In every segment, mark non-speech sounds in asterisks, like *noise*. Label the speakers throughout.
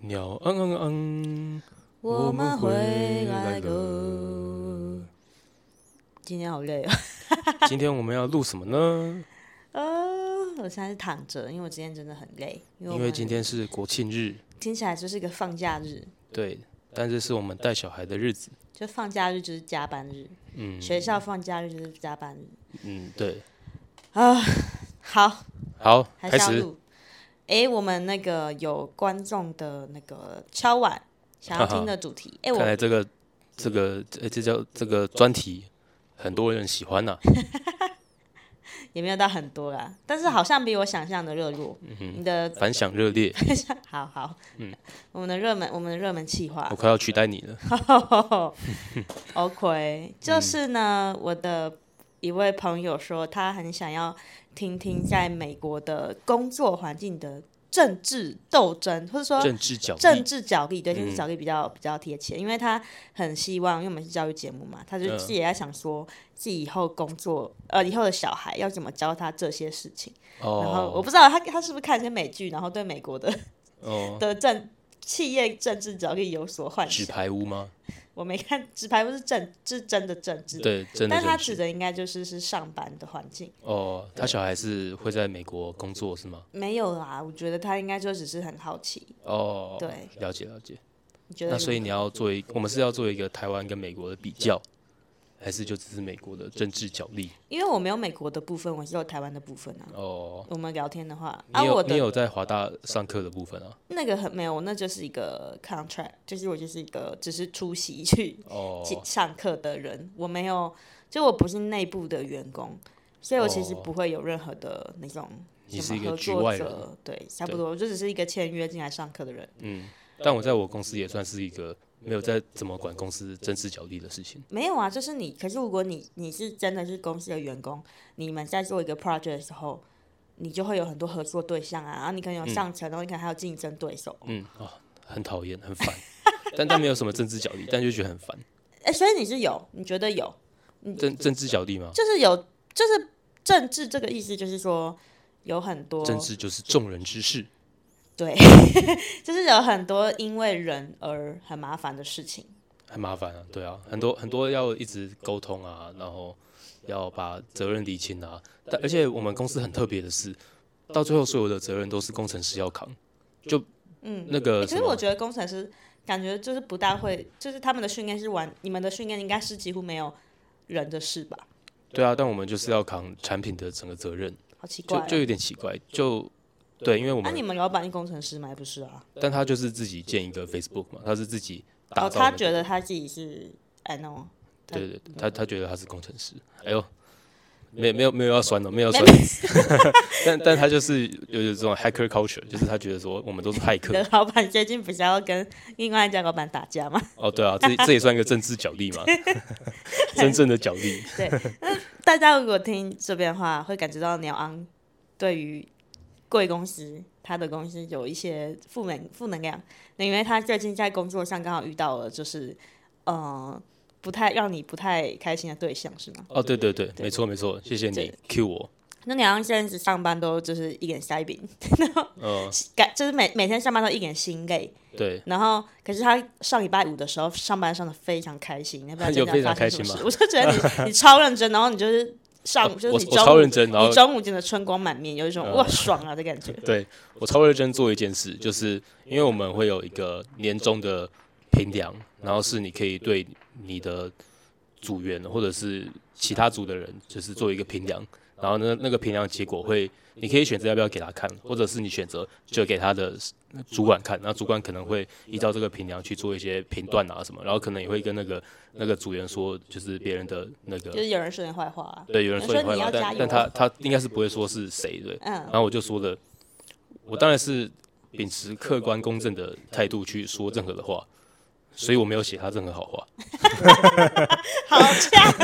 Speaker 1: 鸟嗯嗯
Speaker 2: *laughs*
Speaker 1: 嗯，
Speaker 2: 我们回来
Speaker 1: 了
Speaker 2: 了。今天好累哦。 *laughs*
Speaker 1: 今天我们要录什么呢？
Speaker 2: 呃，我现在是躺着，因为我今天真的很累。因为我
Speaker 1: 因为
Speaker 2: 们
Speaker 1: 今天是国庆日，
Speaker 2: 听起来就是一个放假日，
Speaker 1: 对，但是是我们带小孩的日子。
Speaker 2: 就放假日就是加班日，
Speaker 1: 嗯
Speaker 2: 学校放假日就是加班日。
Speaker 1: 嗯，对。
Speaker 2: 好，
Speaker 1: 好，
Speaker 2: 还
Speaker 1: 开
Speaker 2: 是要
Speaker 1: 始。
Speaker 2: 录。诶，我们那个有观众的那个敲碗，想要听的主题。诶，
Speaker 1: 看来
Speaker 2: 哎我
Speaker 1: 这个这个呃这叫这个专题，很多人喜欢呐、啊
Speaker 2: *laughs* 也没有到很多啦，但是好像比我想象的热络。你的
Speaker 1: 反响热烈。
Speaker 2: 好好，我们的热门，我们的热门企划
Speaker 1: 我。快要取代你了。
Speaker 2: OK，就是呢，我的一位朋友说，他很想要听听在美国的工作环境的政治斗争，或者 *laughs* 说
Speaker 1: 政治角
Speaker 2: 政
Speaker 1: 力，
Speaker 2: 治角力，对，政治角力比较、比较贴切，因为他很希望，因为我们是教育节目嘛，他就
Speaker 1: 嗯
Speaker 2: 自己也在想说，自己以后工作，呃，以后的小孩要怎么教他这些事情。然后我
Speaker 1: 哦
Speaker 2: 不知道他他是不是看一些美剧，然后对美国的
Speaker 1: 哦，
Speaker 2: 的政企业政治角力有所幻
Speaker 1: 纸
Speaker 2: 想。
Speaker 1: 牌屋吗？
Speaker 2: 我没看纸牌不是政，是真的政治，
Speaker 1: 对，真的
Speaker 2: 但他
Speaker 1: 政治
Speaker 2: 指的应该就是是上班的环境。
Speaker 1: 哦，他小孩是会在美国工作是吗？
Speaker 2: 没有啦，我觉得他应该就只是很好奇。
Speaker 1: 哦，
Speaker 2: 对，
Speaker 1: 了解了解。
Speaker 2: 你觉得
Speaker 1: 那
Speaker 2: 如？
Speaker 1: 所以你要做一，我们是要做一个台湾跟美国的比较，还是就只是美国的政治角力？
Speaker 2: 因为我没有美国的部分，我只有台湾的部分啊。
Speaker 1: 哦，
Speaker 2: 我们聊天的话，啊，
Speaker 1: 你有、
Speaker 2: 我
Speaker 1: 你
Speaker 2: 的
Speaker 1: 有在华大上课的部分啊？
Speaker 2: 那个很没有，那就是一个 contract，就是我就是一个只是出席去
Speaker 1: 哦，
Speaker 2: 去上课的人，我没有，就我不是内部的员工，所以我其实
Speaker 1: 哦
Speaker 2: 不会有任何的那种
Speaker 1: 你
Speaker 2: 什
Speaker 1: 是一
Speaker 2: 么
Speaker 1: 个
Speaker 2: 合
Speaker 1: 局
Speaker 2: 作
Speaker 1: 外人，
Speaker 2: 者，对，差不多，我就只是一个签约进来上课的人。
Speaker 1: 嗯，但我在我公司也算是一个没有在怎么管公司政治角力的事情。
Speaker 2: 没有啊，就是你。可是如果你你是真的是公司的员工，你们在做一个 project 的时候，你就会有很多合作对象啊，然后你可能有上层，然后你可能还有竞争对手。
Speaker 1: 嗯，哦，很讨厌，很烦， *laughs* 但但没有什么政治角力，但就觉得很烦。
Speaker 2: 哎、所以你是有，你觉得有，
Speaker 1: 政政治角力吗？
Speaker 2: 嗯就是有，就是政治这个意思，就是说有很多
Speaker 1: 政治就是众人之事。
Speaker 2: 对，就是有很多因为人而很麻烦的事情。
Speaker 1: 很麻烦啊，对啊，很多很多要一直沟通啊，然后要把责任理清啊。但而且我们公司很特别的是，到最后所有的责任都是工程师要扛，就嗯那
Speaker 2: 欸
Speaker 1: 个
Speaker 2: 可
Speaker 1: 什
Speaker 2: 是我
Speaker 1: 么，
Speaker 2: 觉得工程师感觉就是不大会，就是他们的训练是完，你们的训练应该是几乎没有人的事吧？
Speaker 1: 对啊，但我们就是要扛产品的整个责任，
Speaker 2: 好奇怪、
Speaker 1: 就
Speaker 2: 哦。
Speaker 1: 就有点奇怪，就对，因为我
Speaker 2: 那、
Speaker 1: 们
Speaker 2: 啊你们老板是工程师吗？也不是啊，
Speaker 1: 但他就是自己建一个 Facebook 嘛，他是自己打
Speaker 2: 哦，
Speaker 1: 造那
Speaker 2: 他
Speaker 1: 个，
Speaker 2: 觉得他自己是 I know，
Speaker 1: 对对，对他他觉得他是工程师，哎呦。没没有没有要酸的，没有要
Speaker 2: 没
Speaker 1: 酸， *laughs* 但但他就是有有这种 hacker culture，就是他觉得说我们都是骇
Speaker 2: 你
Speaker 1: 客，
Speaker 2: 的老板最近不是要跟另外一家老板打架吗？ *laughs*
Speaker 1: 哦，对啊，这这也算一个政治角力嘛，真正的角力。
Speaker 2: 对，那大家如果听这边的话，会感觉到鸟昂对于贵公司他的公司有一些负能负能量，那因为他最近在工作上刚好遇到了就是呃不太让你不太开心的对象是吗？
Speaker 1: 哦，对对对，没错没错，谢谢你
Speaker 2: 对
Speaker 1: Q 我。
Speaker 2: 那鸟昂现在是上班都就是一脸塞 *laughs* 饼，
Speaker 1: 嗯，
Speaker 2: 感就是每每天上班都一脸心累，
Speaker 1: 对，
Speaker 2: 然后，可是他上礼拜五的时候上班上的非常开心，要不然
Speaker 1: *laughs* 有
Speaker 2: 真的
Speaker 1: 非常
Speaker 2: 发生
Speaker 1: 开
Speaker 2: 什
Speaker 1: 心
Speaker 2: 么
Speaker 1: 吗哦
Speaker 2: 事？ *laughs* 我就觉得你你超认真，然后你就是上午就是
Speaker 1: 我
Speaker 2: 你
Speaker 1: 我
Speaker 2: 中
Speaker 1: 超
Speaker 2: 午
Speaker 1: 认真，然后
Speaker 2: 你中午真的春光满面，有一种
Speaker 1: 嗯
Speaker 2: 哇爽啊的感
Speaker 1: *laughs*
Speaker 2: 觉。
Speaker 1: 对我超认真做一件事，就是因为我们会有一个年终的评量，然后是你可以对你的组员或者是其他组的人，就是做一个评量，然后呢，那个评量结果会，你可以选择要不要给他看，或者是你选择就给他的主管看，那主管可能会依照这个评量去做一些评断啊什么，然后可能也会跟那个那个组员说，就是别人的那个
Speaker 2: 就是有人说你坏话、啊，
Speaker 1: 对，有人
Speaker 2: 有
Speaker 1: 说
Speaker 2: 人
Speaker 1: 你
Speaker 2: 说
Speaker 1: 坏
Speaker 2: 你
Speaker 1: 话
Speaker 2: 要，加
Speaker 1: 但
Speaker 2: 油
Speaker 1: 但他
Speaker 2: 啊
Speaker 1: 他应该是不会说是谁对。然
Speaker 2: 嗯，
Speaker 1: 后我就说了，我当然是秉持客观公正的态度去说任何的话，所以我没有写他任何好话。
Speaker 2: 好 *laughs* 像。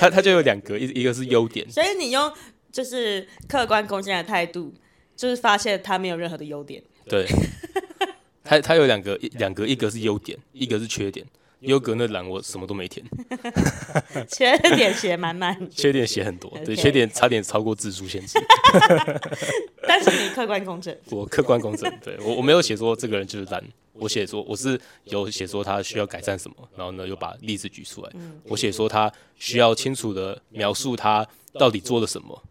Speaker 1: 他他就有两个，一一个是优点，
Speaker 2: 所以你用就是客观公正的态度，就是发现他没有任何的优点。
Speaker 1: 对，他他有两个一两个，一个是优点，一个是缺点。优格那栏我什么都没填，
Speaker 2: 缺点写满满，
Speaker 1: 缺点写很多，对，
Speaker 2: OK
Speaker 1: 缺点差点超过字数限制。
Speaker 2: 但是你客观公正。
Speaker 1: 我客观公正，对我我没有写说这个人就是烂，我写说我是有写说他需要改善什么，然后呢又把例子举出来，
Speaker 2: 嗯
Speaker 1: 我写说他需要清楚的描述他到底做了什么，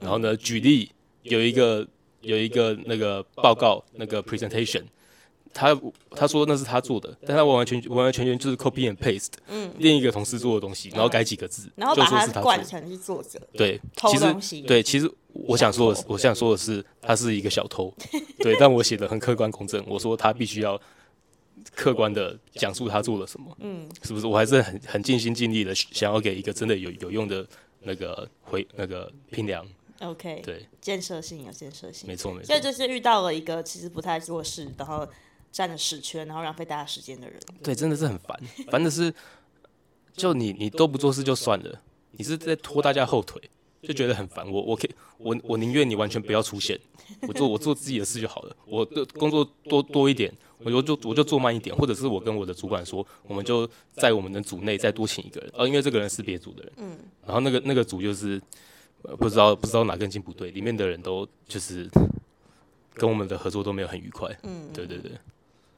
Speaker 1: 然后呢举例有一个有一个那个报告那个 presentation。他他说那是他做的，但他完完全完完全全就是 copy and paste，嗯，另一个同事做的东西，然后改几个字，
Speaker 2: 然后
Speaker 1: 就
Speaker 2: 把
Speaker 1: 说是
Speaker 2: 它
Speaker 1: 做
Speaker 2: 灌
Speaker 1: 的。
Speaker 2: 成是作者，
Speaker 1: 对，
Speaker 2: 偷
Speaker 1: 其
Speaker 2: 东西
Speaker 1: 实对，其实我想说的是，我想说的是，他是一个小
Speaker 2: *laughs*
Speaker 1: 偷，对，但我写的很客观公正，我说他必须要客观的讲述他做了什么，嗯，是不是？我还是很很尽心尽力的想要给一个真的有有用的那个回那个评量，
Speaker 2: OK，
Speaker 1: 对，
Speaker 2: 建设性有建设性
Speaker 1: 没，错没错
Speaker 2: 这，就是遇到了一个其实不太做事，然后占了屎圈，然后浪费大家时间的人。
Speaker 1: 对，真的是很烦，烦的是，就你你都不做事就算了，你是在拖大家后腿，就觉得很烦。我我可以我我宁愿你完全不要出现，我做我做自己的事就好了。我的工作多多一点，我就就我就做慢一点，或者是我跟我的主管说，我们就在我们的组内再多请一个人，哦，因为这个人是别组的人，嗯，然后那个那个组就是呃不知道不知道哪根筋不对，里面的人都就是跟我们的合作都没有很愉快，嗯，对对对。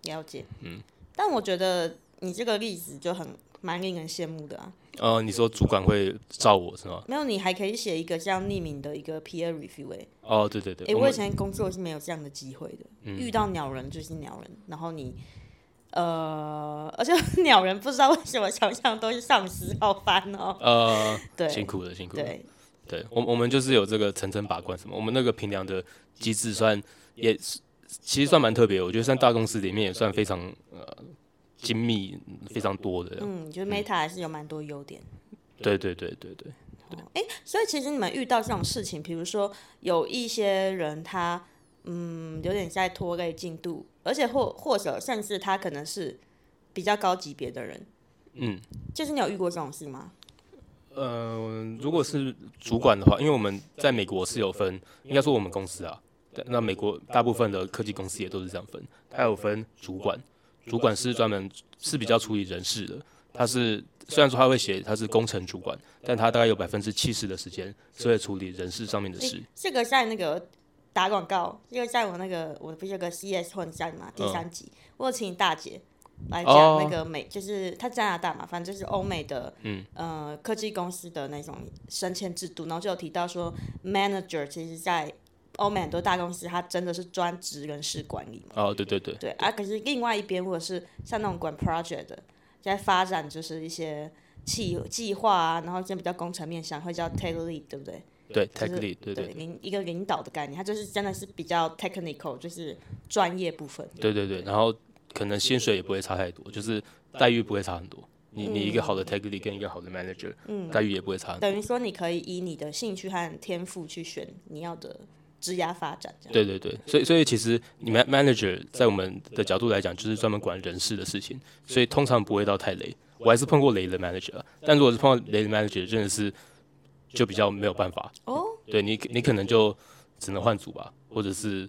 Speaker 2: 了解，嗯，但我觉得你这个例子就很蛮令人羡慕的啊。
Speaker 1: 呃，你说主管会照我是吗？
Speaker 2: 没有，你还可以写一个这样匿名的一个 peer review 哎、欸
Speaker 1: 哦，对对对，
Speaker 2: 诶
Speaker 1: 我
Speaker 2: 我以
Speaker 1: 们
Speaker 2: 前工作是没有这样的机会的，
Speaker 1: 嗯
Speaker 2: 遇到鸟人就是鸟人，然后你。呃，而且 *laughs* 鸟人不知道为什么常常都是上司要翻哦，
Speaker 1: 呃，
Speaker 2: *laughs* 对
Speaker 1: 辛苦了，辛苦了。
Speaker 2: 对，
Speaker 1: 对，我我们就是有这个层层把关什么，我们那个评量的机制算也是其实算蛮特别，我觉得算大公司里面也算非常呃精密、非常多的。
Speaker 2: 嗯，就 Meta 还是有蛮多优点。
Speaker 1: 对对对对对，
Speaker 2: 所以其实你们遇到这种事情，比如说有一些人他嗯有点在拖累进度，而且或或者甚至他可能是比较高级别的人，
Speaker 1: 嗯
Speaker 2: 就是你有遇过这种事吗？
Speaker 1: 呃，如果是主管的话，因为我们在美国是有分，应该说我们公司啊，但那美国大部分的科技公司也都是这样分，它有分主管，主管是专门是比较处理人事的，他是虽然说他会写他是工程主管，但他大概有百分之七十的时间是会处理人事上面的事
Speaker 2: 诶。这个在那个打广告，这个在我那个我不是有个 CS 混战嘛，第三集、我有请大姐来讲
Speaker 1: 嗯哦
Speaker 2: 那个美，就是她加拿大嘛，反正就是欧美的，嗯呃科技公司的那种升迁制度，然后就有提到说 manager 其实在欧美很多大公司，它真的是专职人事管理嘛，
Speaker 1: 哦，对对对，
Speaker 2: 对啊，可是另外一边或者是像那种管 project 的，在发展就是一些。计计划啊，然后这比较工程面向会叫 take lead，对不对？
Speaker 1: 对
Speaker 2: 就是
Speaker 1: tech lead，对对
Speaker 2: 对领一个领导的概念，它就是真的是比较 technical，就是专业部分。
Speaker 1: 对对对，然后可能薪水也不会差太多，就是待遇不会差很多。你你一个好的 tech lead 跟一个好的 manager，、待遇也不会差很多。
Speaker 2: 等于说你可以以你的兴趣和天赋去选你要的职涯发展，这样。
Speaker 1: 对对对，所以所以其实你们 manager 在我们的角度来讲，就是专门管人事的事情，所以通常不会到太雷。我还是碰过雷的 manager，啊但如果是碰到雷的 manager，真的是就比较没有办法。
Speaker 2: 哦，
Speaker 1: 对你你可能就只能换组吧，或者是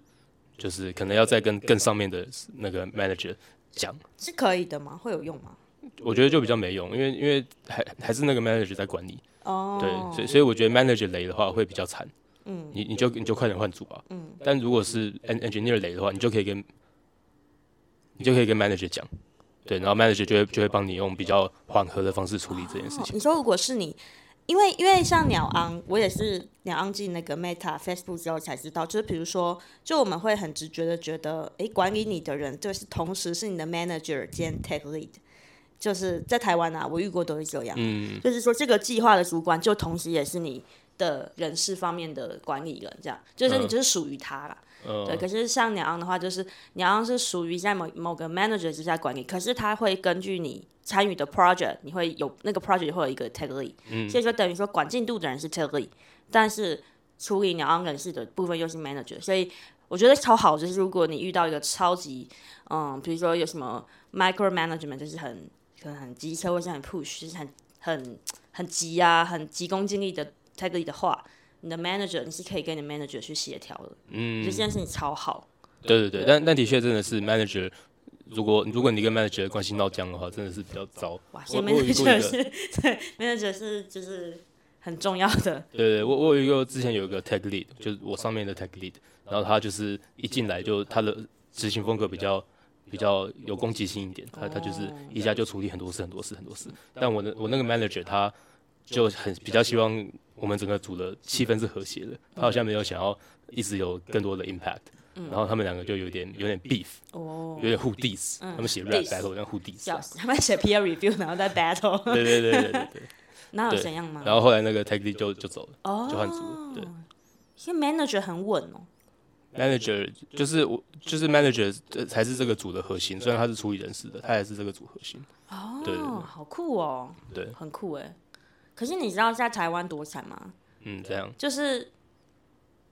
Speaker 1: 就是可能要再跟更上面的那个 manager 讲。
Speaker 2: 是可以的吗？会有用吗？
Speaker 1: 我觉得就比较没用，因为因为还还是那个 manager 在管你，
Speaker 2: 哦，
Speaker 1: 对，所以所以我觉得 manager 雷的话会比较惨，嗯，你你就你就快点换组吧，嗯，但如果是 en- engineer 雷的话，你就可以跟你就可以跟 manager 讲，对，然后 manager 就会就会帮你用比较缓和的方式处理这件事
Speaker 2: 哦
Speaker 1: 情，
Speaker 2: 你说如果是你，因为因为像鸟昂，我也是鸟昂进那个 Meta、Facebook 之后才知道，就是比如说，就我们会很直觉的觉得，诶，管理你的人就是同时是你的 manager 兼 tech lead，就是在台湾啊，我遇过都是这样，嗯，就是说这个计划的主管就同时也是你。的人事方面的管理人，这样就是你就是属于他啦。对。可是像鸟昂的话，就是鸟昂是属于在某某个 manager 之下管理，可是他会根据你参与的 project，你会有那个 project 会有一个 tag lead，、所以说等于说管进度的人是 tag lead，但是处理鸟昂人事的部分又是 manager，所以我觉得超好，就是如果你遇到一个超级，嗯，比如说有什么 micro management，就是很可能很机车或是很 push，就是很很很急啊，很急功近利的 tag lead 的话。你的 manager 你是可以跟你的 manager 去协调的，嗯，这件事情超好，
Speaker 1: 对对对，但但的确真的是 manager 如果如果你跟 manager 关系闹僵的话，真的是比较糟。
Speaker 2: 哇，所
Speaker 1: 我
Speaker 2: 以
Speaker 1: 我有遇过
Speaker 2: manager
Speaker 1: 一个，
Speaker 2: 是，对，manager 是就是很重要的，
Speaker 1: 对对，我我有一个之前有一个 tech lead，就是我上面的 tech lead，然后他就是一进来就他的执行风格比较比较有攻击性一点，他他就是
Speaker 2: 哦
Speaker 1: 一下就处理很多事很多事很多事。但我的我那个 manager 他就很比较希望我们整个组的气氛是和谐的，他好像没有想要一直有更多的 impact，然后他们两个就有点有点 beef，
Speaker 2: *laughs* 哦
Speaker 1: 有，点互嗯 diss，他们写 rap
Speaker 2: diss
Speaker 1: battle 像互 diss，
Speaker 2: 笑死，他们写 peer review 然后再 battle，
Speaker 1: *laughs*
Speaker 2: *laughs*
Speaker 1: 对对对对对对。
Speaker 2: 那有
Speaker 1: 对
Speaker 2: 怎样吗？
Speaker 1: 然后后来那个 tech lead 就就走了，
Speaker 2: 哦，
Speaker 1: 就换组了，对。
Speaker 2: 因为 manager 很稳哦，
Speaker 1: manager 就是我，就是 manager 呃才是这个组的核心。虽然他是处理人事的，他也是这个组核心。
Speaker 2: 哦，
Speaker 1: 对对对
Speaker 2: 好酷哦，
Speaker 1: 对，
Speaker 2: 很酷哎。可是你知道在台湾多惨吗？
Speaker 1: 嗯，这样
Speaker 2: 就是，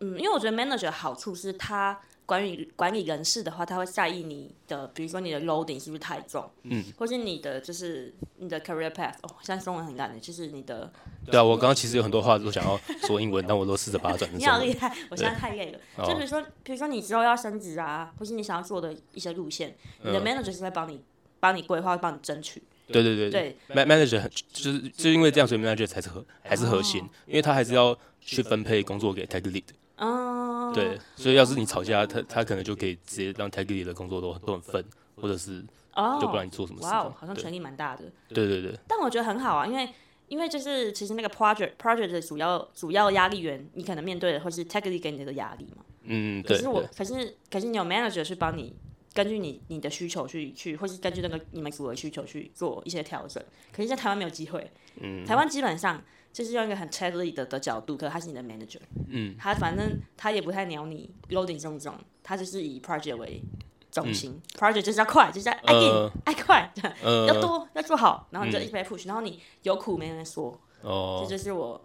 Speaker 2: 嗯，因为我觉得 manager 的好处是他管理管理人事的话，他会在意你的，比如说你的 loading 是不是太重，
Speaker 1: 嗯，
Speaker 2: 或是你的就是你的 career path，哦，现在中文很烂的，就是你的，
Speaker 1: 对啊。我刚刚其实有很多话都想要说英文，但我都试着把它转成
Speaker 2: 你
Speaker 1: 中
Speaker 2: 好
Speaker 1: 文。
Speaker 2: 厉害，我现在太累了。
Speaker 1: 哦
Speaker 2: 就比如说，比如说你之后要升职啊，或是你想要做的一些路线，你的
Speaker 1: 嗯
Speaker 2: manager 是会帮你帮你规划，帮你争取，
Speaker 1: 对对对
Speaker 2: 对，
Speaker 1: ，ma-，manager 很就是就是因为这样，所以 manager 才是核还是核心
Speaker 2: 哦，
Speaker 1: 因为他还是要去分配工作给 tech lead。
Speaker 2: 嗯，
Speaker 1: 对，所以要是你吵架，他他可能就可以直接让 tech lead 的工作都都很分，或者是
Speaker 2: 哦，
Speaker 1: 就不让你做什么事这
Speaker 2: 哇
Speaker 1: 样。
Speaker 2: 哦，好像
Speaker 1: 对
Speaker 2: 权力蛮大的。
Speaker 1: 对对对，
Speaker 2: 但我觉得很好啊，因为因为就是其实那个 project project 的主要主要压力源，你可能面对的会是 t e c h n i c 给你的压力嘛。
Speaker 1: 嗯，
Speaker 2: 可
Speaker 1: 对
Speaker 2: 是我
Speaker 1: 对
Speaker 2: 可是可是你有 manager 去帮你。根据你你的需求去去，或是根据那个你们组的需求去做一些调整。可是，在台湾没有机会。嗯，台湾基本上就是用一个很 c h a t l y 的的角度，可是他是你的 manager，嗯，他反正他也不太鸟你 loading 重不重，他就是以 project 为中心、p r o j e c t 就是要快，就是要爱定、
Speaker 1: 嗯呃
Speaker 2: 爱快， *laughs*
Speaker 1: 呃嗯
Speaker 2: 要多要做好，然后你就一直被 push，、然后你有苦没人说，
Speaker 1: 哦，
Speaker 2: 这就是我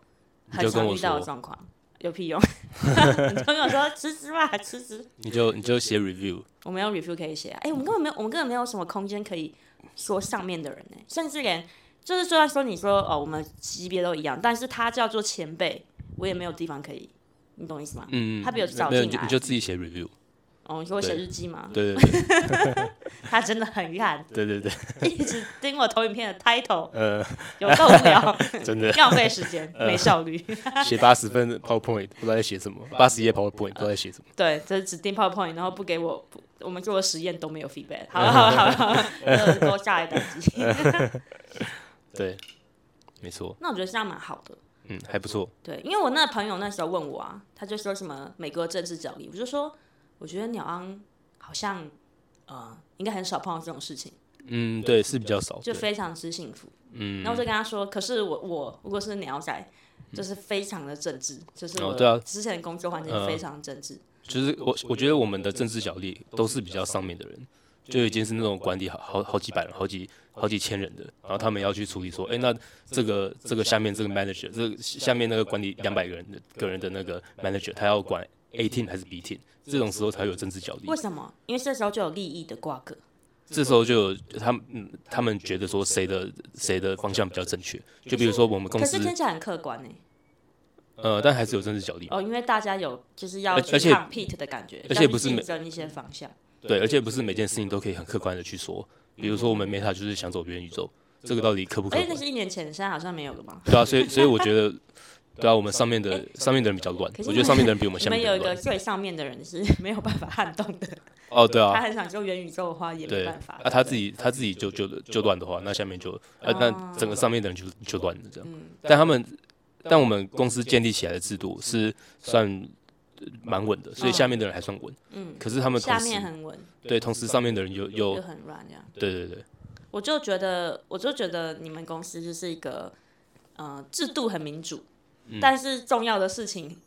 Speaker 1: 你
Speaker 2: 很
Speaker 1: 就
Speaker 2: 常
Speaker 1: 跟我
Speaker 2: 遇到
Speaker 1: 说
Speaker 2: 的，状况，有屁用！ *laughs* 你就跟我说辞职吧，辞职，
Speaker 1: 你就你就写 review。
Speaker 2: 我没有 review 可以写、啊，哎、我们根本没有，我们根本没有什么空间可以说上面的人呢、甚至连就是虽然说你说哦，我们级别都一样，但是他叫做前辈，我也没有地方可以，你懂我意思吗？
Speaker 1: 嗯，
Speaker 2: 他比我早
Speaker 1: 没有你
Speaker 2: 进
Speaker 1: 就
Speaker 2: 来
Speaker 1: 你就自己写 review，
Speaker 2: 哦，你说我写
Speaker 1: 对
Speaker 2: 日记
Speaker 1: *laughs*
Speaker 2: 吗？
Speaker 1: 对对对
Speaker 2: 他真的很烂，
Speaker 1: 对对对，
Speaker 2: 一直盯我投影片的 title，
Speaker 1: 呃，
Speaker 2: 有够无
Speaker 1: *laughs*
Speaker 2: 聊，
Speaker 1: 真的
Speaker 2: 浪费时
Speaker 1: *laughs*
Speaker 2: 间，没效率。
Speaker 1: 写八十分的 PowerPoint 不知道在写什么，八十页 PowerPoint 不知道在写 *laughs* 什么，
Speaker 2: 对，这是指定 PowerPoint，然后不给我，不我们做的实验都没有 feedback。好
Speaker 1: *laughs*
Speaker 2: 了好了好了好了，呃多下一等级。
Speaker 1: 对，没错，
Speaker 2: *laughs* 那我觉得这样蛮好的，
Speaker 1: 嗯，还不错，
Speaker 2: 对，因为我那朋友那时候问我啊，他就说什么美国政治角力，我就说我觉得鸟昂好像呃应该很少碰到这种事情，
Speaker 1: 嗯，对，是比较少，
Speaker 2: 就
Speaker 1: 对
Speaker 2: 非常之幸福。
Speaker 1: 嗯，
Speaker 2: 然后我就跟他说，可是我我如果是鸟仔，就是非常的政治，就是
Speaker 1: 哦
Speaker 2: 我
Speaker 1: 对啊
Speaker 2: 之前的工作环境
Speaker 1: 呃
Speaker 2: 非常政治，
Speaker 1: 就是我我觉得我们的政治角力都是比较上面的人，就已经是那种管理好好好几百人、好几好几千人的，然后他们要去处理说，哎、那这个这个下面这个 manager，这个下面那个管理两百个人的个人的那个 manager，他要管 A team 还是 B team，这种时候才会有政治角力
Speaker 2: 为。什么？因为这时候就有利益的瓜葛。
Speaker 1: 这时候就有他们嗯他们觉得说谁的谁的方向比较正确，就比如说我们公
Speaker 2: 可是
Speaker 1: 司
Speaker 2: 听起来很客观欸呢、
Speaker 1: 呃，但还是有政治角力嘛，
Speaker 2: 哦，因为大家有就是要
Speaker 1: 而
Speaker 2: 去
Speaker 1: 而且
Speaker 2: compete 的感觉，
Speaker 1: 而且
Speaker 2: 要去
Speaker 1: 不是
Speaker 2: 竞
Speaker 1: 每
Speaker 2: 争一些方向。
Speaker 1: 对，而且不是每件事情都可以很客观的去说，比如说我们 Meta 就是想走元宇宙，这个到底可不可
Speaker 2: 而且哎那
Speaker 1: 观？
Speaker 2: 是一年前，现在好像没有了嘛。
Speaker 1: 对啊，所以所以我觉得，对啊，我们上面的上面的人比较乱，
Speaker 2: 可是
Speaker 1: 我觉得上面的人比我们
Speaker 2: 你
Speaker 1: 下
Speaker 2: 们
Speaker 1: 面的
Speaker 2: 有
Speaker 1: 人
Speaker 2: 一个
Speaker 1: 乱。
Speaker 2: 最上面的人是 *laughs* 没有办法撼动的，
Speaker 1: 哦，对
Speaker 2: 他
Speaker 1: 啊，
Speaker 2: 很想做元宇宙的话也没
Speaker 1: 对，
Speaker 2: 办法。
Speaker 1: 啊，他自己他自己就就就乱的话，那下面就啊，
Speaker 2: 哦
Speaker 1: 那整个上面的人就就乱了这
Speaker 2: 嗯
Speaker 1: 样。但他们但我们公司建立起来的制度是算呃蛮稳的，所以下面的人还算稳。
Speaker 2: 嗯，
Speaker 1: 可是他们同
Speaker 2: 下
Speaker 1: 时
Speaker 2: 面很稳，
Speaker 1: 对，同时上面的人有
Speaker 2: 又
Speaker 1: 有
Speaker 2: 很软这样。
Speaker 1: 对对对，
Speaker 2: 我就觉得，我就觉得你们公司就是一个呃制度很民主，
Speaker 1: 嗯
Speaker 2: 但是重要的事情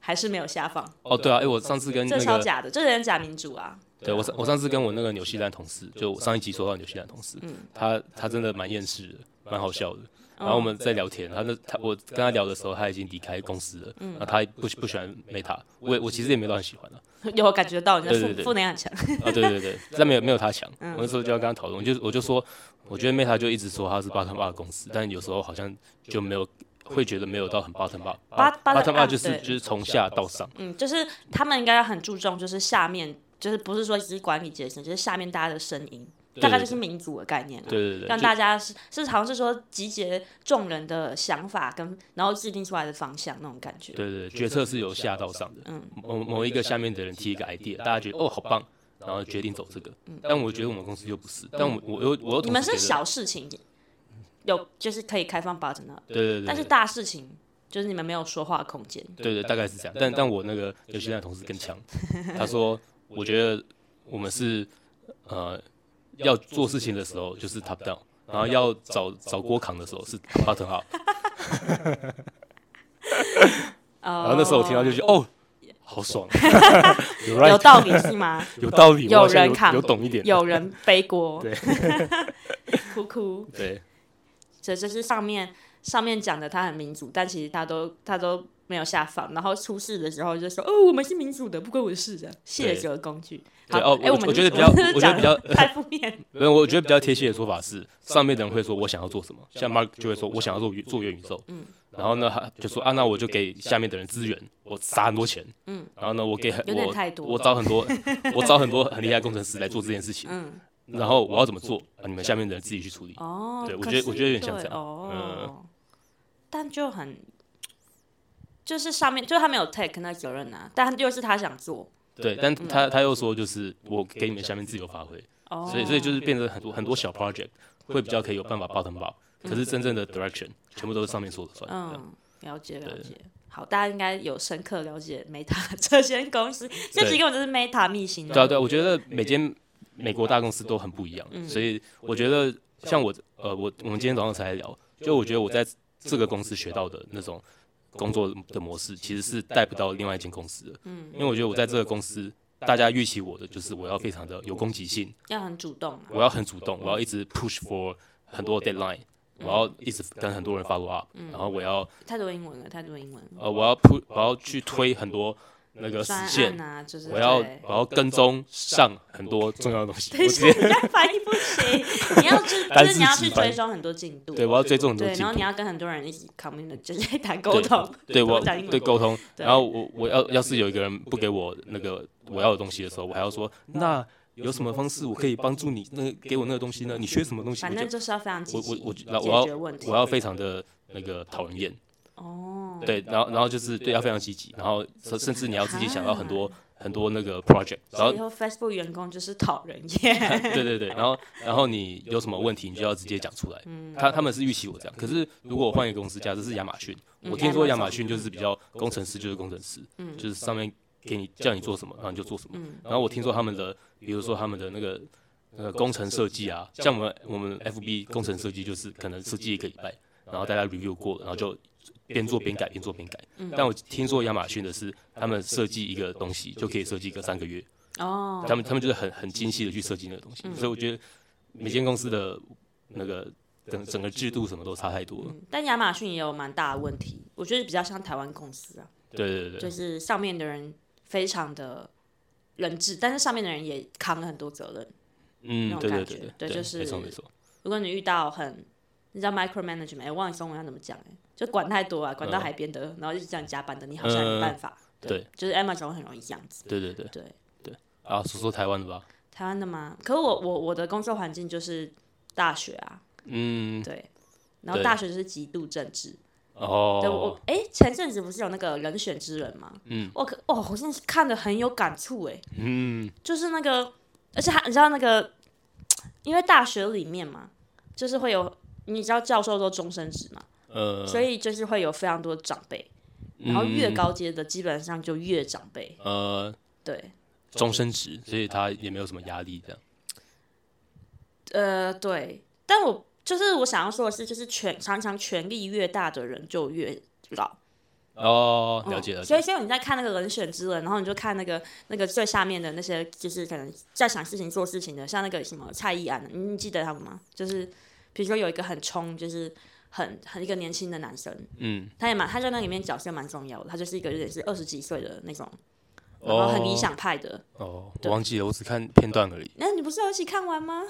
Speaker 2: 还是没有下放，
Speaker 1: 哦对啊，哎，我上次跟
Speaker 2: 这
Speaker 1: 那
Speaker 2: 超
Speaker 1: 个
Speaker 2: 假的，这有点假民主啊。 *laughs*
Speaker 1: 对我上我上次跟我那个纽西兰同事，就我上一集说到纽西兰同事，
Speaker 2: 嗯
Speaker 1: 他他真的蛮厌世的，蛮好笑的。然后我们在聊天，他那他我跟他聊的时候，他已经离开公司了，
Speaker 2: 嗯
Speaker 1: 然后他不不喜欢 Meta，我也我其实也没有到很喜欢啊，
Speaker 2: 有感觉到你的
Speaker 1: 对对
Speaker 2: 负
Speaker 1: 对
Speaker 2: 负能量很强。
Speaker 1: *laughs* 啊对对对，但没有没有他强。
Speaker 2: 嗯
Speaker 1: 我那时候就要跟他讨论，我就我就说，我觉得 Meta 就一直说他是 bottom up 公司，但有时候好像就没有会觉得没有到很 bottom up。
Speaker 2: Bot- bottom
Speaker 1: bottom
Speaker 2: up，
Speaker 1: up 就是
Speaker 2: 对
Speaker 1: 就是从下到上，
Speaker 2: 嗯，就是他们应该要很注重，就是下面就是不是说只是管理阶层，就是下面大家的声音，大概就是民主的概念啊。
Speaker 1: 对对对，
Speaker 2: 让
Speaker 1: 就
Speaker 2: 大家是是好像是说集结众人的想法跟然后制定出来的方向那种感觉。
Speaker 1: 对对，对决策是由下到上的，
Speaker 2: 嗯
Speaker 1: 某某一个下面的人提一个 idea，大家觉得哦好棒，然后决定走这个。但我觉得我们公司就不是，但我我又我又
Speaker 2: 嗯你
Speaker 1: 同
Speaker 2: 们
Speaker 1: 时
Speaker 2: 是
Speaker 1: 觉得，
Speaker 2: 小事情有就是可以开放 button up，
Speaker 1: 对对对，
Speaker 2: 但是大事情就是你们没有说话的空间。
Speaker 1: 对对，大概是这样。但但我那个有些那同事更强， *laughs* 他说我觉得我们是呃要做事情的时候就是 top down，然后要找找锅扛的时候是 bottom up。然
Speaker 2: 然
Speaker 1: 后那时候我听到就觉得哦，好爽，啊 *laughs* 有
Speaker 2: 有
Speaker 1: right
Speaker 2: 道理是吗？
Speaker 1: 有道理，
Speaker 2: 有
Speaker 1: 我好像
Speaker 2: 人
Speaker 1: 有
Speaker 2: 扛
Speaker 1: 有懂一点，啊
Speaker 2: 有人背
Speaker 1: *laughs*
Speaker 2: 锅，
Speaker 1: 对，
Speaker 2: *laughs* 哭哭，
Speaker 1: 对
Speaker 2: 这就是上面上面讲的他很民主，但其实他都他都没有下放，然后出事的时候就说哦，我们是民主的，不关我的事的，卸责工具。好
Speaker 1: 对，哦，
Speaker 2: 哎，
Speaker 1: 我
Speaker 2: 们
Speaker 1: 我觉得
Speaker 2: 就
Speaker 1: 比较，
Speaker 2: 们
Speaker 1: 我觉得比较
Speaker 2: 讲得太负面，
Speaker 1: *laughs* 没有，我觉得比较贴切的说法是，上面的人会说我想要做什么，像 Mark 就会说我想要做元做元宇宙，嗯，然后呢他就说啊，那我就给下面的人资源，我撒很多钱，嗯，然后呢我给很
Speaker 2: 有点
Speaker 1: 我
Speaker 2: 太多
Speaker 1: 我找很
Speaker 2: *laughs*
Speaker 1: 多我找很多很厉害的工程师来做这件事情，
Speaker 2: 嗯，
Speaker 1: 然后我要怎么做，啊你们下面的人自己去处理，
Speaker 2: 哦，
Speaker 1: 对我
Speaker 2: 可
Speaker 1: 觉得
Speaker 2: 是
Speaker 1: 我觉得有点像
Speaker 2: 对
Speaker 1: 这样嗯
Speaker 2: 哦，但就很。就是上面，就是他没有 take 那责任啊，但就是他想做，
Speaker 1: 对，但他他又说就是我给你们下面自由发挥，
Speaker 2: 嗯哦，
Speaker 1: 所以所以就是变成很多很多小 project 会比较可以有办法 bottom up，可是真正的 direction 全部都是上面说了算，这样
Speaker 2: 嗯，了解了解。好，大家应该有深刻了解 Meta 这间公司，这集根本就是 Meta 秘辛
Speaker 1: 对啊，
Speaker 2: 的。
Speaker 1: 对啊，我觉得每间嗯美国大公司都很不一样，所以我觉得像我呃，我我们今天早上才聊，就我觉得我在这个公司学到的那种工作的模式，其实是带不到另外一间公司的，嗯，因为我觉得我在这个公司。大家预期我的就是我要非常的有攻击性，
Speaker 2: 要很主动啊。
Speaker 1: 我要很主动，我要一直 push for 很多 deadline，我要一直跟很多人 follow up，然后我要
Speaker 2: 太多英文了，太多英文了。
Speaker 1: 呃我要 push 我要去推很多那个
Speaker 2: 专
Speaker 1: 死线
Speaker 2: 案，啊，就是
Speaker 1: 我要
Speaker 2: 对 *laughs*
Speaker 1: 我要跟踪上很多重要的东西，
Speaker 2: 等
Speaker 1: 我
Speaker 2: 一
Speaker 1: 直
Speaker 2: 下，
Speaker 1: 接
Speaker 2: 你这样翻译不行，你要
Speaker 1: *laughs*
Speaker 2: 去，
Speaker 1: 单
Speaker 2: 就
Speaker 1: 字
Speaker 2: 是你要去
Speaker 1: 直翻
Speaker 2: 追踪很多进度，啊
Speaker 1: 对，我要追踪很多
Speaker 2: 对，
Speaker 1: 进
Speaker 2: 然后
Speaker 1: 度
Speaker 2: 你，要跟很多人一起 communicate，就是谈沟通，
Speaker 1: 对
Speaker 2: *laughs*
Speaker 1: 我
Speaker 2: 讲英文
Speaker 1: 对沟通。
Speaker 2: 对
Speaker 1: 然后我我要要是有一个人不给我那个我要的东西的时候，我还要说那有什么方式我可以帮助你？那给我那个东西呢？你缺什么东西？我
Speaker 2: 反正
Speaker 1: 就
Speaker 2: 就是要非常积
Speaker 1: 我
Speaker 2: 极
Speaker 1: 我我
Speaker 2: 解
Speaker 1: 然后我要
Speaker 2: 决问题
Speaker 1: 我。要非常的那个讨人厌，
Speaker 2: 哦，
Speaker 1: 对，然后然后就是对要非常积极，然后甚甚至你要自己想到很多很多那个 project，然
Speaker 2: 所
Speaker 1: 后
Speaker 2: 以以后 Facebook 员工就是讨人
Speaker 1: *laughs*
Speaker 2: 厌，
Speaker 1: 对对对，然后然后你有什么问题，你就要直接讲出来。他他们是预期我这样，可是如果我换一个公司，假设是亚马逊，
Speaker 2: 嗯
Speaker 1: 我听说亚马逊嗯就是比较工程师就是工程师，就是上面给你叫你做什么，然后你就做什么。然后我听说他们的，比如说他们的那个那个工程设计啊，像我们我们 FB 工程设计就是可能设计一个礼拜，然后大家 review 过，然后就边做边改，边做边改。但我听说亚马逊的是，他们设计一个东西就可以设计个三个月。
Speaker 2: 哦，嗯
Speaker 1: 他们他们就是很很精细的去设计那个东西，所以我觉得每间公司的那个整整个制度什么都差太多了。
Speaker 2: 嗯但亚马逊也有蛮大的问题，我觉得比较像台湾公司啊，
Speaker 1: 对对对
Speaker 2: 就
Speaker 1: 对
Speaker 2: 是上面的人非常的人质，但是上面的人也扛了很多责任。那
Speaker 1: 嗯，
Speaker 2: 种
Speaker 1: 对对
Speaker 2: 感觉
Speaker 1: 对
Speaker 2: 对
Speaker 1: 对，
Speaker 2: 就是
Speaker 1: 没错没错，
Speaker 2: 如果你遇到很，你知道 micromanagement，哎、我忘了中文要怎么讲、哎，就管太多啊，管到海边的，然后一直这样加班的，你好像没办法。
Speaker 1: 对，
Speaker 2: 就是 Amazon 很容易这样子。
Speaker 1: 对对嗯对
Speaker 2: 对，
Speaker 1: 啊，说说台湾的吧，
Speaker 2: 台湾的吗？可我我我的工作环境就是大学啊，
Speaker 1: 嗯，
Speaker 2: 对，然后大学就是极度政治。对我
Speaker 1: 哦，
Speaker 2: 我哎、前阵子不是有那个人选之人吗？
Speaker 1: 嗯，
Speaker 2: 我可哦，我真的是看的很有感触哎、
Speaker 1: 嗯，
Speaker 2: 就是那个，而且他你知道那个，因为大学里面嘛，就是会有你知道教授都终身制嘛，
Speaker 1: 呃，
Speaker 2: 所以就是会有非常多长辈，然后越高阶的基本上就越长辈，
Speaker 1: 呃
Speaker 2: 对，
Speaker 1: 终身职，所以他也没有什么压力这样。
Speaker 2: 呃对，但我就是我想要说的是，就是权常常权力越大的人就越老，
Speaker 1: 哦，了解
Speaker 2: 嗯
Speaker 1: 了
Speaker 2: 所
Speaker 1: 解
Speaker 2: 以，所以你在看那个人选之人，然后你就看那个那个最下面的那些，就是可能在想事情做事情的，像那个什么蔡依安，你你记得他们吗？就是比如说有一个很冲，就是很很一个年轻的男生，
Speaker 1: 嗯，
Speaker 2: 他也蛮他在那里面角色蛮重要的，他就是一个有点是二十几岁的那种，然后
Speaker 1: 哦，
Speaker 2: 很理想派的。
Speaker 1: 哦，我
Speaker 2: 对
Speaker 1: 忘记了，我只看片段而已。
Speaker 2: 那、你不是有一起看完吗？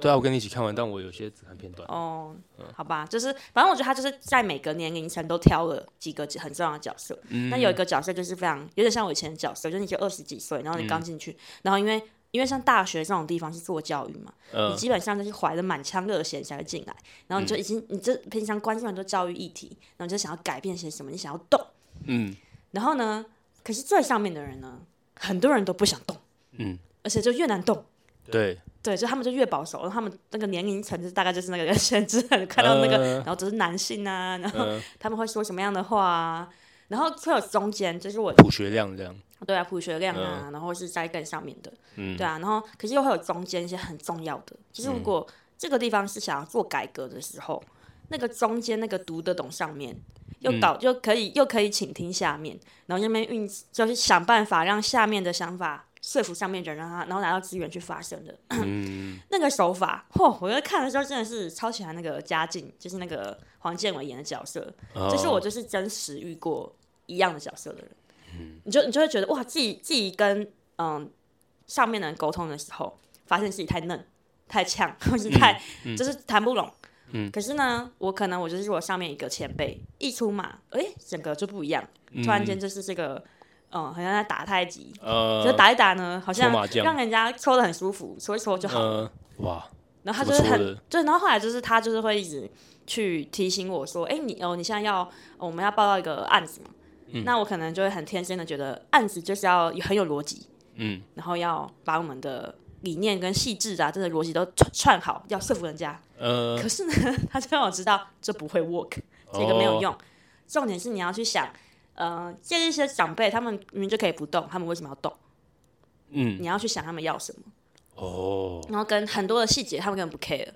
Speaker 1: 对啊，我跟你一起看完，但我有些只看片段。
Speaker 2: 哦，
Speaker 1: 嗯
Speaker 2: 好吧，就是反正我觉得他就是在每个年龄层都挑了几个很重要的角色。
Speaker 1: 嗯
Speaker 2: 那有一个角色就是非常有点像我以前的角色，就是你就二十几岁，然后你
Speaker 1: 嗯
Speaker 2: 刚进去，然后因为因为像大学这种地方是做教育嘛，
Speaker 1: 呃嗯
Speaker 2: 你基本上就是怀着满腔热血才会进来，然后你就已经、你这平常关心很多教育议题，然后你就想要改变些什么，你想要动，
Speaker 1: 嗯
Speaker 2: 然后呢，可是最上面的人呢，很多人都不想动，
Speaker 1: 嗯，
Speaker 2: 而且就越难动。
Speaker 1: 对，
Speaker 2: 对，就他们就越保守，然后他们那个年龄层就大概就是那个限制，看到那个，
Speaker 1: 呃
Speaker 2: 然后都是男性啊，然后他们会说什么样的话啊，然后会有中间，就是我
Speaker 1: 朴学亮这样，
Speaker 2: 对啊，普学亮啊，然后是在更上面的，
Speaker 1: 嗯
Speaker 2: 对啊，然后可是又会有中间一些很重要的，就是如果这个地方是想要做改革的时候，那个中间那个读得懂上面，又导又可以又可以倾听下面，然后那边运就是想办法让下面的想法说服上面的人，让他然后拿到资源去发生的， *clears throat* 那个手法，嚯！我在看的时候真的是超喜欢那个嘉靖，就是那个黄建伟演的角色，这
Speaker 1: 哦
Speaker 2: 是我就是真实遇过一样的角色的人。你就你就会觉得哇，自己自己跟嗯上面的人沟通的时候，发现自己太嫩、太呛，或是太、
Speaker 1: 嗯
Speaker 2: 就是谈不拢。嗯，可是呢，我可能我就是我上面一个前辈一出马，哎、整个就不一样，突然间就是这个，嗯，好像在打太极，
Speaker 1: 嗯呃
Speaker 2: 就打一打呢，好像
Speaker 1: 搓麻将
Speaker 2: 让人家抽的很舒服，搓一搓就好了。
Speaker 1: 呃，哇，
Speaker 2: 然后他
Speaker 1: 怎
Speaker 2: 就
Speaker 1: 么
Speaker 2: 是
Speaker 1: 说
Speaker 2: 很
Speaker 1: 的
Speaker 2: 对，然后后来就是他就是会一直去提醒我说，哎，你哦，你现在要、哦我们要报到一个案子嘛，
Speaker 1: 嗯
Speaker 2: 那我可能就会很天真的觉得案子就是要很有逻辑，
Speaker 1: 嗯，
Speaker 2: 然后要把我们的理念跟细致啊，这个逻辑都串串好，要说服人家。
Speaker 1: 呃，
Speaker 2: 可是呢， *laughs* 他就让我知道这不会 work，这个
Speaker 1: 哦
Speaker 2: 没有用。重点是你要去想，呃，这一些长辈他们明明就可以不动，他们为什么要动？
Speaker 1: 嗯，
Speaker 2: 你要去想他们要什么。
Speaker 1: 哦，
Speaker 2: 然后跟很多的细节他们根本不 care，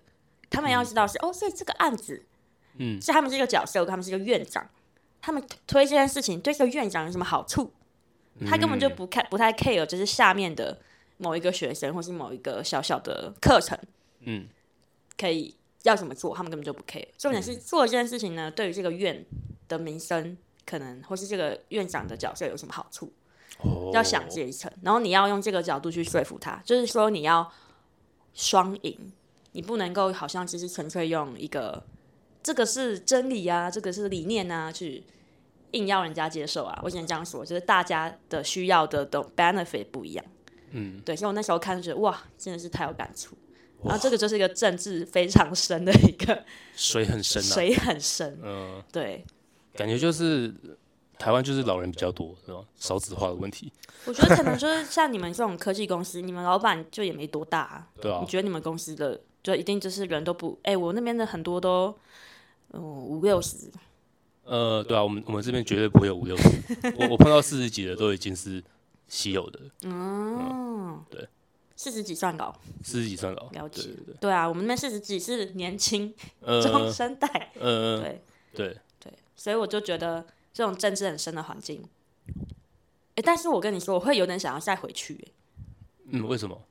Speaker 2: 他们要知道是、哦，所以这个案子，
Speaker 1: 嗯，
Speaker 2: 是他们是一个角色，他们是一个院长，他们推推这件事情对这个院长有什么好处？
Speaker 1: 嗯
Speaker 2: 他根本就不看不太 care，就是下面的某一个学生或是某一个小小的课程，
Speaker 1: 嗯，
Speaker 2: 可以要怎么做，他们根本就不 care。重点是
Speaker 1: 嗯
Speaker 2: 做这件事情呢，对于这个院的民生可能或是这个院长的角色有什么好处？
Speaker 1: 哦，
Speaker 2: 要想这一层，然后你要用这个角度去说服他，就是说你要双赢，你不能够好像只是纯粹用一个这个是真理啊，这个是理念啊，去硬要人家接受啊。我只能这样说，就是大家的需要的的 benefit 不一样。嗯，对，所以我那时候看就觉得哇，真的是太有感触。然后这个就是一个政治非常深的一个
Speaker 1: 水很深啊，
Speaker 2: 水很深，
Speaker 1: 嗯，
Speaker 2: 对，
Speaker 1: 感觉就是台湾就是老人比较多，是吧？少子化的问题，
Speaker 2: 我觉得可能就是像你们这种科技公司，你们老板就也没多大、啊，
Speaker 1: 对啊
Speaker 2: 你，觉得你们公司的就一定就是人都不？哎、我那边的很多都，嗯，五六十，
Speaker 1: 呃，对啊，我们我们这边绝对不会有五六
Speaker 2: *laughs*
Speaker 1: 十，我我碰到四十几的都已经是稀有的，
Speaker 2: 嗯，
Speaker 1: 对，
Speaker 2: 四十几算高，
Speaker 1: 四十几算老，
Speaker 2: 了解，
Speaker 1: 对对对，
Speaker 2: 啊，我们那边四十几是年
Speaker 1: *laughs*
Speaker 2: 轻中
Speaker 1: 呃
Speaker 2: 生代，
Speaker 1: 呃
Speaker 2: 对
Speaker 1: 对，
Speaker 2: 对，所以我就觉得这种政治很深的环境，哎、但是我跟你说，我会有点想要再回去、哎
Speaker 1: 嗯，为什么？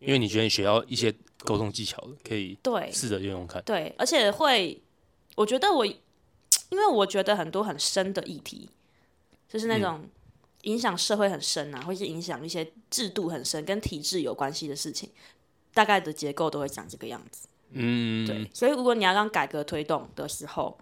Speaker 1: 因为你觉得你学到一些沟通技巧了，可以
Speaker 2: 对，
Speaker 1: 试着运用看，
Speaker 2: 对，而且会，我觉得我，因为我觉得很多很深的议题，就是那种影响社会很深啊，或是影响一些制度很深、跟体制有关系的事情，大概的结构都会长这个样子。
Speaker 1: 嗯，
Speaker 2: 对，所以如果你要让改革推动的时候，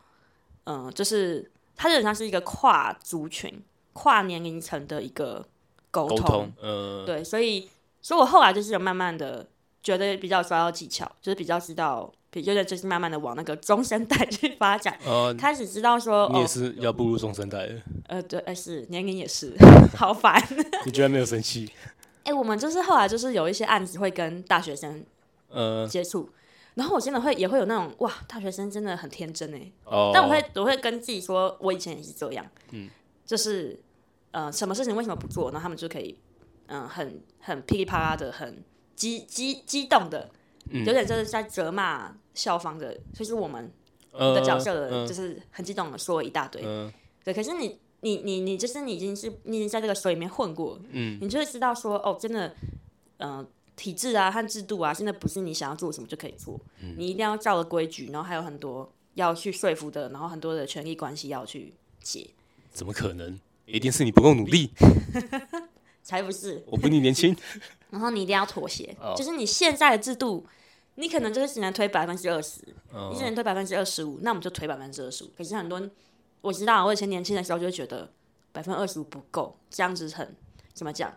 Speaker 2: 嗯、就是它基本上是一个跨族群、跨年龄层的一个沟
Speaker 1: 沟
Speaker 2: 通。
Speaker 1: 通，呃，
Speaker 2: 对，所以，所以我后来就是有慢慢的觉得比较抓到技巧，就是比较知道，比有点就是慢慢的往那个中生代去发展，
Speaker 1: 呃，
Speaker 2: 开始知道说，
Speaker 1: 你也
Speaker 2: 哦，
Speaker 1: 是要步入中生代了，
Speaker 2: 呃，对，哎、是年龄也是， *laughs* 好烦。
Speaker 1: 你居然没有生气，
Speaker 2: 哎、我们就是后来就是有一些案子会跟大学生
Speaker 1: 呃，
Speaker 2: 接触，然后我真的会也会有那种哇，大学生真的很天真哎、
Speaker 1: 哦，
Speaker 2: 但我会我会跟自己说，我以前也是这样，嗯，就是呃，什么事情为什么不做，然后他们就可以嗯、呃很很噼里啪啦的，很激激激动的，有点就是在责骂校方的，就是我们的
Speaker 1: 呃
Speaker 2: 角色的人，
Speaker 1: 呃
Speaker 2: 就是很激动的说了一大堆，
Speaker 1: 嗯
Speaker 2: 对，可是你你你你就是你已经是你已经在这个水里面混过，嗯，你就会知道说哦，真的，嗯、体制啊和制度啊，真的不是你想要做什么就可以做，你一定要照着规矩，然后还有很多要去说服的，然后很多的权利关系要去解，
Speaker 1: 怎么可能？一定是你不够努力，
Speaker 2: 才不是。
Speaker 1: *laughs* 我比你年轻。哦
Speaker 2: 然后你一定要妥协，就是你现在的制度你可能就是只能推百分之二十，
Speaker 1: 嗯
Speaker 2: 你只能推百分之二十五，那我们就推百分之二十五。可是很多人我知道，我以前年轻的时候就会觉得百分之二十五不够，这样子很怎么讲？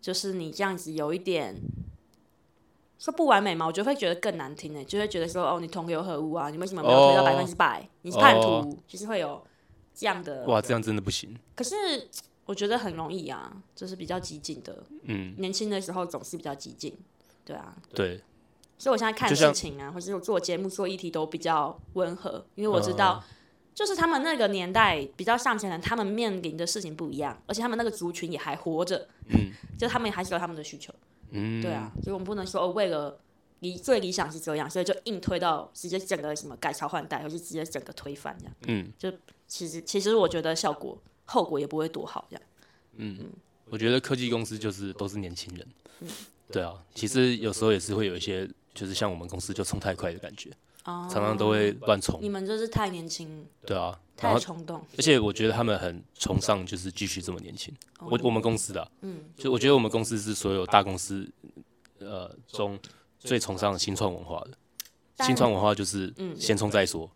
Speaker 2: 就是你这样子有一点说不完美嘛，我就会觉得更难听呢、就会觉得说哦，你同流合污啊，你为什么没有推到
Speaker 1: 哦
Speaker 2: 百分之百？你是叛徒，
Speaker 1: 哦
Speaker 2: 就是会有这样的。
Speaker 1: *laughs* 哇，这样真的不行。
Speaker 2: 可是我觉得很容易啊，就是比较激进的，
Speaker 1: 嗯，
Speaker 2: 年轻的时候总是比较激进，对啊，
Speaker 1: 对，
Speaker 2: 所以我现在看
Speaker 1: 就
Speaker 2: 事
Speaker 1: 像
Speaker 2: 情啊，或是我做节目、做议题都比较温和，因为我知
Speaker 1: 哦
Speaker 2: 道，就是他们那个年代比较上前的人，他们面临的事情不一样，而且他们那个族群也还活着，
Speaker 1: 嗯，
Speaker 2: 就他们还是有他们的需求，
Speaker 1: 嗯，
Speaker 2: 对啊，所以我们不能说哦，为了理最理想是这样，所以就硬推到直接整个什么改朝换代，或是直接整个推翻这样。
Speaker 1: 嗯
Speaker 2: 其实其实我觉得效果后果也不会多好这样。
Speaker 1: 我觉得科技公司就是都是年轻人。对啊，其实有时候也是会有一些，就是像我们公司就冲太快的感觉，
Speaker 2: 哦，
Speaker 1: 常常都会乱冲。
Speaker 2: 你们就是太年轻，
Speaker 1: 对啊，然
Speaker 2: 太
Speaker 1: 后
Speaker 2: 冲动，
Speaker 1: 而且我觉得他们很崇尚就是继续这么年轻。我我们公司的，
Speaker 2: 哦
Speaker 1: 啊
Speaker 2: 嗯，
Speaker 1: 就我觉得我们公司是所有大公司呃中最崇尚新创文化的。
Speaker 2: 但
Speaker 1: 新创文化就是
Speaker 2: 嗯
Speaker 1: 先冲再说，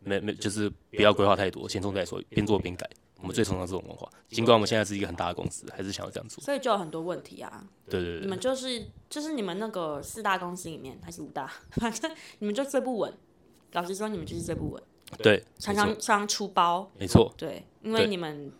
Speaker 1: 没没就是不要规划太多，先冲再说，
Speaker 2: 嗯
Speaker 1: 边做边改。我们最崇尚这种文化，尽管我们现在是一个很大的公司，还是想要这样做。
Speaker 2: 所以就有很多问题啊。
Speaker 1: 对对
Speaker 2: 你
Speaker 1: 对，
Speaker 2: 们就是就是你们那个四大公司里面还是五大， *laughs* 反正你们就最不稳。老实说，你们就是最不稳，
Speaker 1: 对，
Speaker 2: 常
Speaker 1: 没
Speaker 2: 常
Speaker 1: 错
Speaker 2: 常常出包。
Speaker 1: 没错。
Speaker 2: 对，因为
Speaker 1: 对
Speaker 2: 你们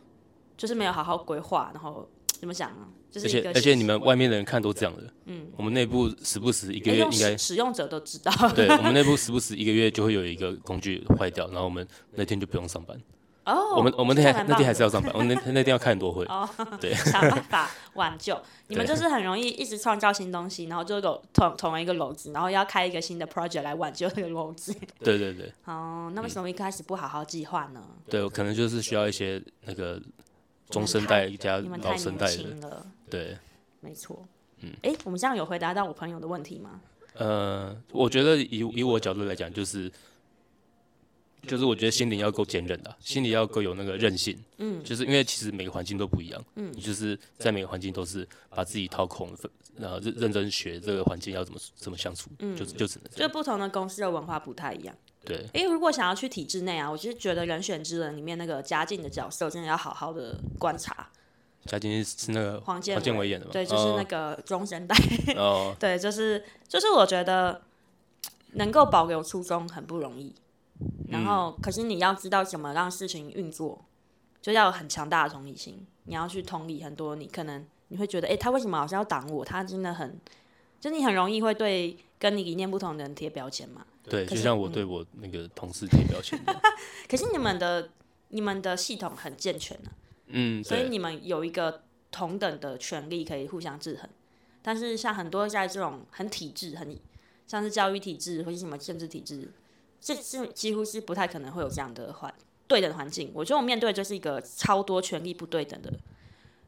Speaker 2: 就是没有好好规划，然后怎么讲啊，就
Speaker 1: 而
Speaker 2: 是一
Speaker 1: 且
Speaker 2: 个
Speaker 1: 而且你们外面的人看都这样的，嗯，我们内部时不时一个
Speaker 2: 哎
Speaker 1: 月
Speaker 2: 用
Speaker 1: 应该
Speaker 2: 使使用者都知道。 *laughs*
Speaker 1: *laughs* 对，我们内部时不时一个月就会有一个工具坏掉，然后我们那天就不用上班。
Speaker 2: 哦，
Speaker 1: 我们我们那
Speaker 2: 这
Speaker 1: 天
Speaker 2: 样蛮
Speaker 1: 那天还
Speaker 2: 棒哦
Speaker 1: 是要上班，我们那天那天要开很多会。
Speaker 2: 想办法挽救。你们就是很容易一直创造新东西，然后就有捅捅了一个篓子，然后要开一个新的 project 来挽救这个篓子。
Speaker 1: 对对对
Speaker 2: 哦，
Speaker 1: 嗯
Speaker 2: 那为什么一开始不好好计划呢？
Speaker 1: 对，我可能就是需要一些那个中生代加
Speaker 2: 你们
Speaker 1: 老
Speaker 2: 太
Speaker 1: 生
Speaker 2: 年
Speaker 1: 代的，
Speaker 2: 轻了。
Speaker 1: 对。
Speaker 2: 没错。嗯，哎，我们这样有回答到我朋友的问题吗？
Speaker 1: 呃，我觉得以以我角度来讲，就是就是我觉得心灵要够坚韧的，心里要够有那个韧性。嗯，就是因为其实每个环境都不一样。嗯，你就是在每个环境都是把自己掏空，然后认认真学这个环境要怎么怎么相处，
Speaker 2: 嗯
Speaker 1: 就就只能这
Speaker 2: 就
Speaker 1: 样。
Speaker 2: 不同的公司的文化不太一样。
Speaker 1: 对，
Speaker 2: 哎，如果想要去体制内啊，我就是觉得《人选之人》里面那个嘉靖的角色，真的要好好的观察。
Speaker 1: 嘉靖是那个
Speaker 2: 黄建
Speaker 1: 建
Speaker 2: 伟
Speaker 1: 伟演的嘛？
Speaker 2: 对，呃就是那个中生代。
Speaker 1: 那
Speaker 2: *laughs*
Speaker 1: 哦，
Speaker 2: 对，就是就是，我觉得能够保留初衷很不容易。然后，可是你要知道怎么让事情运作，就要有很强大的同理心。你要去同理很多，你可能你会觉得，哎、他为什么好像要挡我？他真的很，就你很容易会对跟你理念不同的人贴标签嘛。
Speaker 1: 对，
Speaker 2: 可嗯
Speaker 1: 就是像我对我那个同事贴标
Speaker 2: *laughs*
Speaker 1: 签一样。
Speaker 2: 可是你们的你们的系统很健全啊，
Speaker 1: 嗯，
Speaker 2: 所以
Speaker 1: 对，
Speaker 2: 你们有一个同等的权利可以互相制衡。但是像很多在这种很体制、很像是教育体制或是什么政治体制，这是几乎是不太可能会有这样的环对等环境。我觉得我面对就是一个超多权力不对等的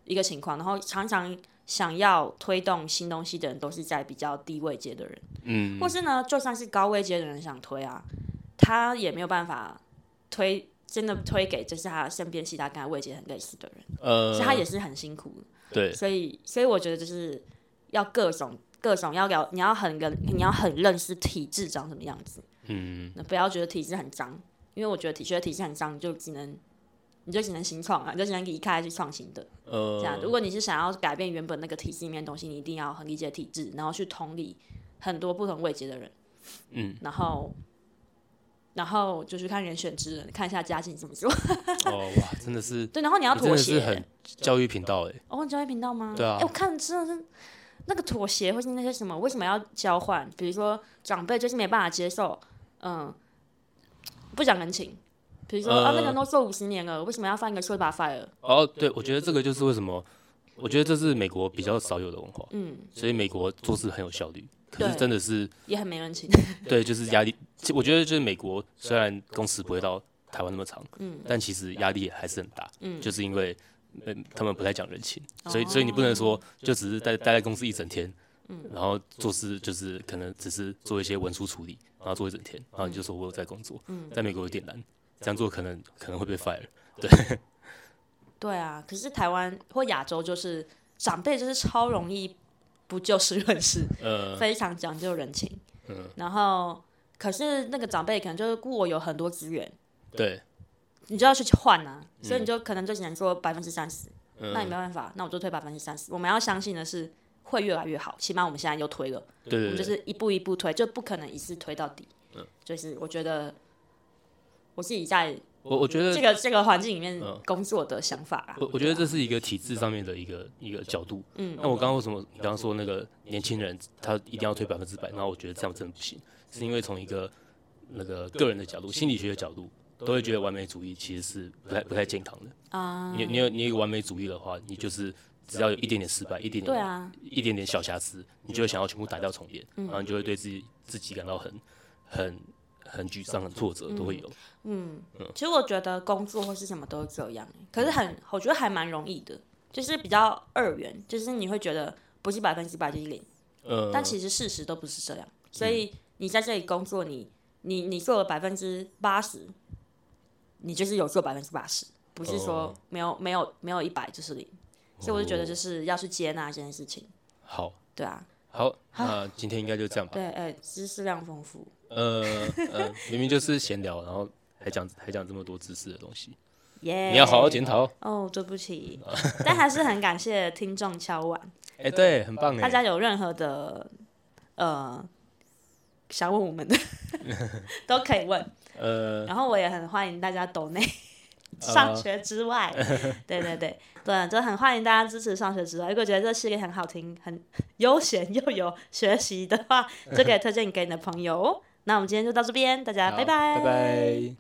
Speaker 2: 一个情况，然后常常想要推动新东西的人都是在比较低位阶的人，
Speaker 1: 嗯，
Speaker 2: 或是呢，就算是高位阶的人想推啊，他也没有办法推，真的推给就是他身边其他跟他位阶很类似的人。
Speaker 1: 呃
Speaker 2: 所以，他也是很辛苦的，
Speaker 1: 嗯对，
Speaker 2: 所以所以我觉得就是要各种各种要了，你要很认，你要很认识体制长什么样子，
Speaker 1: 嗯，
Speaker 2: 那不要觉得体制很脏，因为我觉得体觉得体制很脏，你就只能你就只能新创啊，你就只能离开去创新的这样。如
Speaker 1: 呃，
Speaker 2: 果你是想要改变原本那个体制里面的东西，你一定要很理解体制，然后去同理很多不同位阶的人，
Speaker 1: 嗯，
Speaker 2: 然后。然后就去看人选之人，看一下家境怎么做。 *laughs*
Speaker 1: 哦，哇，真的是，
Speaker 2: 对，然后你要
Speaker 1: 你真
Speaker 2: 妥
Speaker 1: 的
Speaker 2: 协，
Speaker 1: 是很教育频道哎。
Speaker 2: 哦，你交换频道吗？
Speaker 1: 对啊
Speaker 2: 哎、我看真的是那个妥协，或是那些什么，为什么要交换？比如说长辈就是没办法接受，嗯，不讲人情。比如说、啊，那个
Speaker 1: 呃
Speaker 2: 人都做五十年了，为什么要放一个说把 fire？
Speaker 1: 哦，对，我觉得这个就是为什么，我觉得这是美国比较少有的文化，
Speaker 2: 嗯，
Speaker 1: 所以美国做事很有效率。可是
Speaker 2: 对
Speaker 1: 真的是，
Speaker 2: 也很没人情。
Speaker 1: 对，就是压力。其我觉得就是美国虽然工时不会到台湾那么长，
Speaker 2: 嗯，
Speaker 1: 但其实压力也还是很大，
Speaker 2: 嗯
Speaker 1: 就是因为呃他们不太讲人情，所以所以你不能说就只是待待在公司一整天，嗯，然后做事就是可能只是做一些文书处理，然后做一整天，然后你就说我有在工作，嗯，在美国有点难，这样做可能可能会被 fire。
Speaker 2: 对啊，可是台湾或亚洲就是长辈就是超容易不就事论事，
Speaker 1: 呃，嗯
Speaker 2: 非常讲究人情。然后可是那个长辈可能就是雇我有很多资源，
Speaker 1: 对，
Speaker 2: 你就要去换啊，所以你就可能就只能说百分之三十，那也
Speaker 1: 嗯，
Speaker 2: 没办法，那我就退百分之三十。我们要相信的是会越来越好，起码我们现在又推了，
Speaker 1: 对嗯
Speaker 2: 我
Speaker 1: 对
Speaker 2: 们就
Speaker 1: 对，
Speaker 2: 是一步一步推，就不可能一次推到底。就是我觉得我自己在
Speaker 1: 我我觉得
Speaker 2: 这个这个环境里面
Speaker 1: 嗯
Speaker 2: 工作的想法啊，
Speaker 1: 我我觉得这是一个体制上面的一个一个角度。嗯，那我刚刚为什么你刚刚说那个年轻人他一定要推百分之百？然后我觉得这样真的不行，是因为从一个那个个人的角度、心理学的角度，都会觉得完美主义其实是不太不太健康的。
Speaker 2: 啊，
Speaker 1: 你你有你有一个完美主义的话，你就是只要有一点点失败，一点
Speaker 2: 对
Speaker 1: 点、
Speaker 2: 啊，嗯
Speaker 1: 一点点小瑕疵，你就会想要全部打掉重练，然后你就会对自己自己感到很很很沮丧、很挫折，都会有。
Speaker 2: 嗯其实我觉得工作或是什么都是这样，欸可是
Speaker 1: 嗯
Speaker 2: 很我觉得还蛮容易的，就是比较二元，就是你会觉得不是百分之百就是零，
Speaker 1: 呃，嗯
Speaker 2: 但其实事实都不是这样，所以你在这里工作你，你你做了百分之八十，你就是有做百分之八十，不是说
Speaker 1: 哦
Speaker 2: 没有、没有没有一百就是零，所以我就觉得就是要去接纳这件事情，
Speaker 1: 好
Speaker 2: 对啊，
Speaker 1: 好，那今天应该就这样吧。
Speaker 2: 对，哎、知识量丰富，
Speaker 1: 呃呃，明明就是闲聊，然后还讲还讲这么多知识的东西，
Speaker 2: 耶、
Speaker 1: 你要好好检讨。
Speaker 2: 哦，对不起， *laughs* 但还是很感谢听众敲碗。
Speaker 1: 哎、对，很棒
Speaker 2: 大
Speaker 1: 哎。
Speaker 2: 家有任何的呃想问我们的 *laughs* 都可以问，
Speaker 1: 呃，
Speaker 2: 然后我也很欢迎大家抖内。 *laughs*
Speaker 1: 呃
Speaker 2: 上学之外，对对对对，就很欢迎大家支持上学之外。如果觉得这系列很好听、很 *laughs* 悠闲又有学习的话，就可以推荐给你的朋友哦。那我们今天就到这边，大家
Speaker 1: 好
Speaker 2: 拜，
Speaker 1: 拜拜。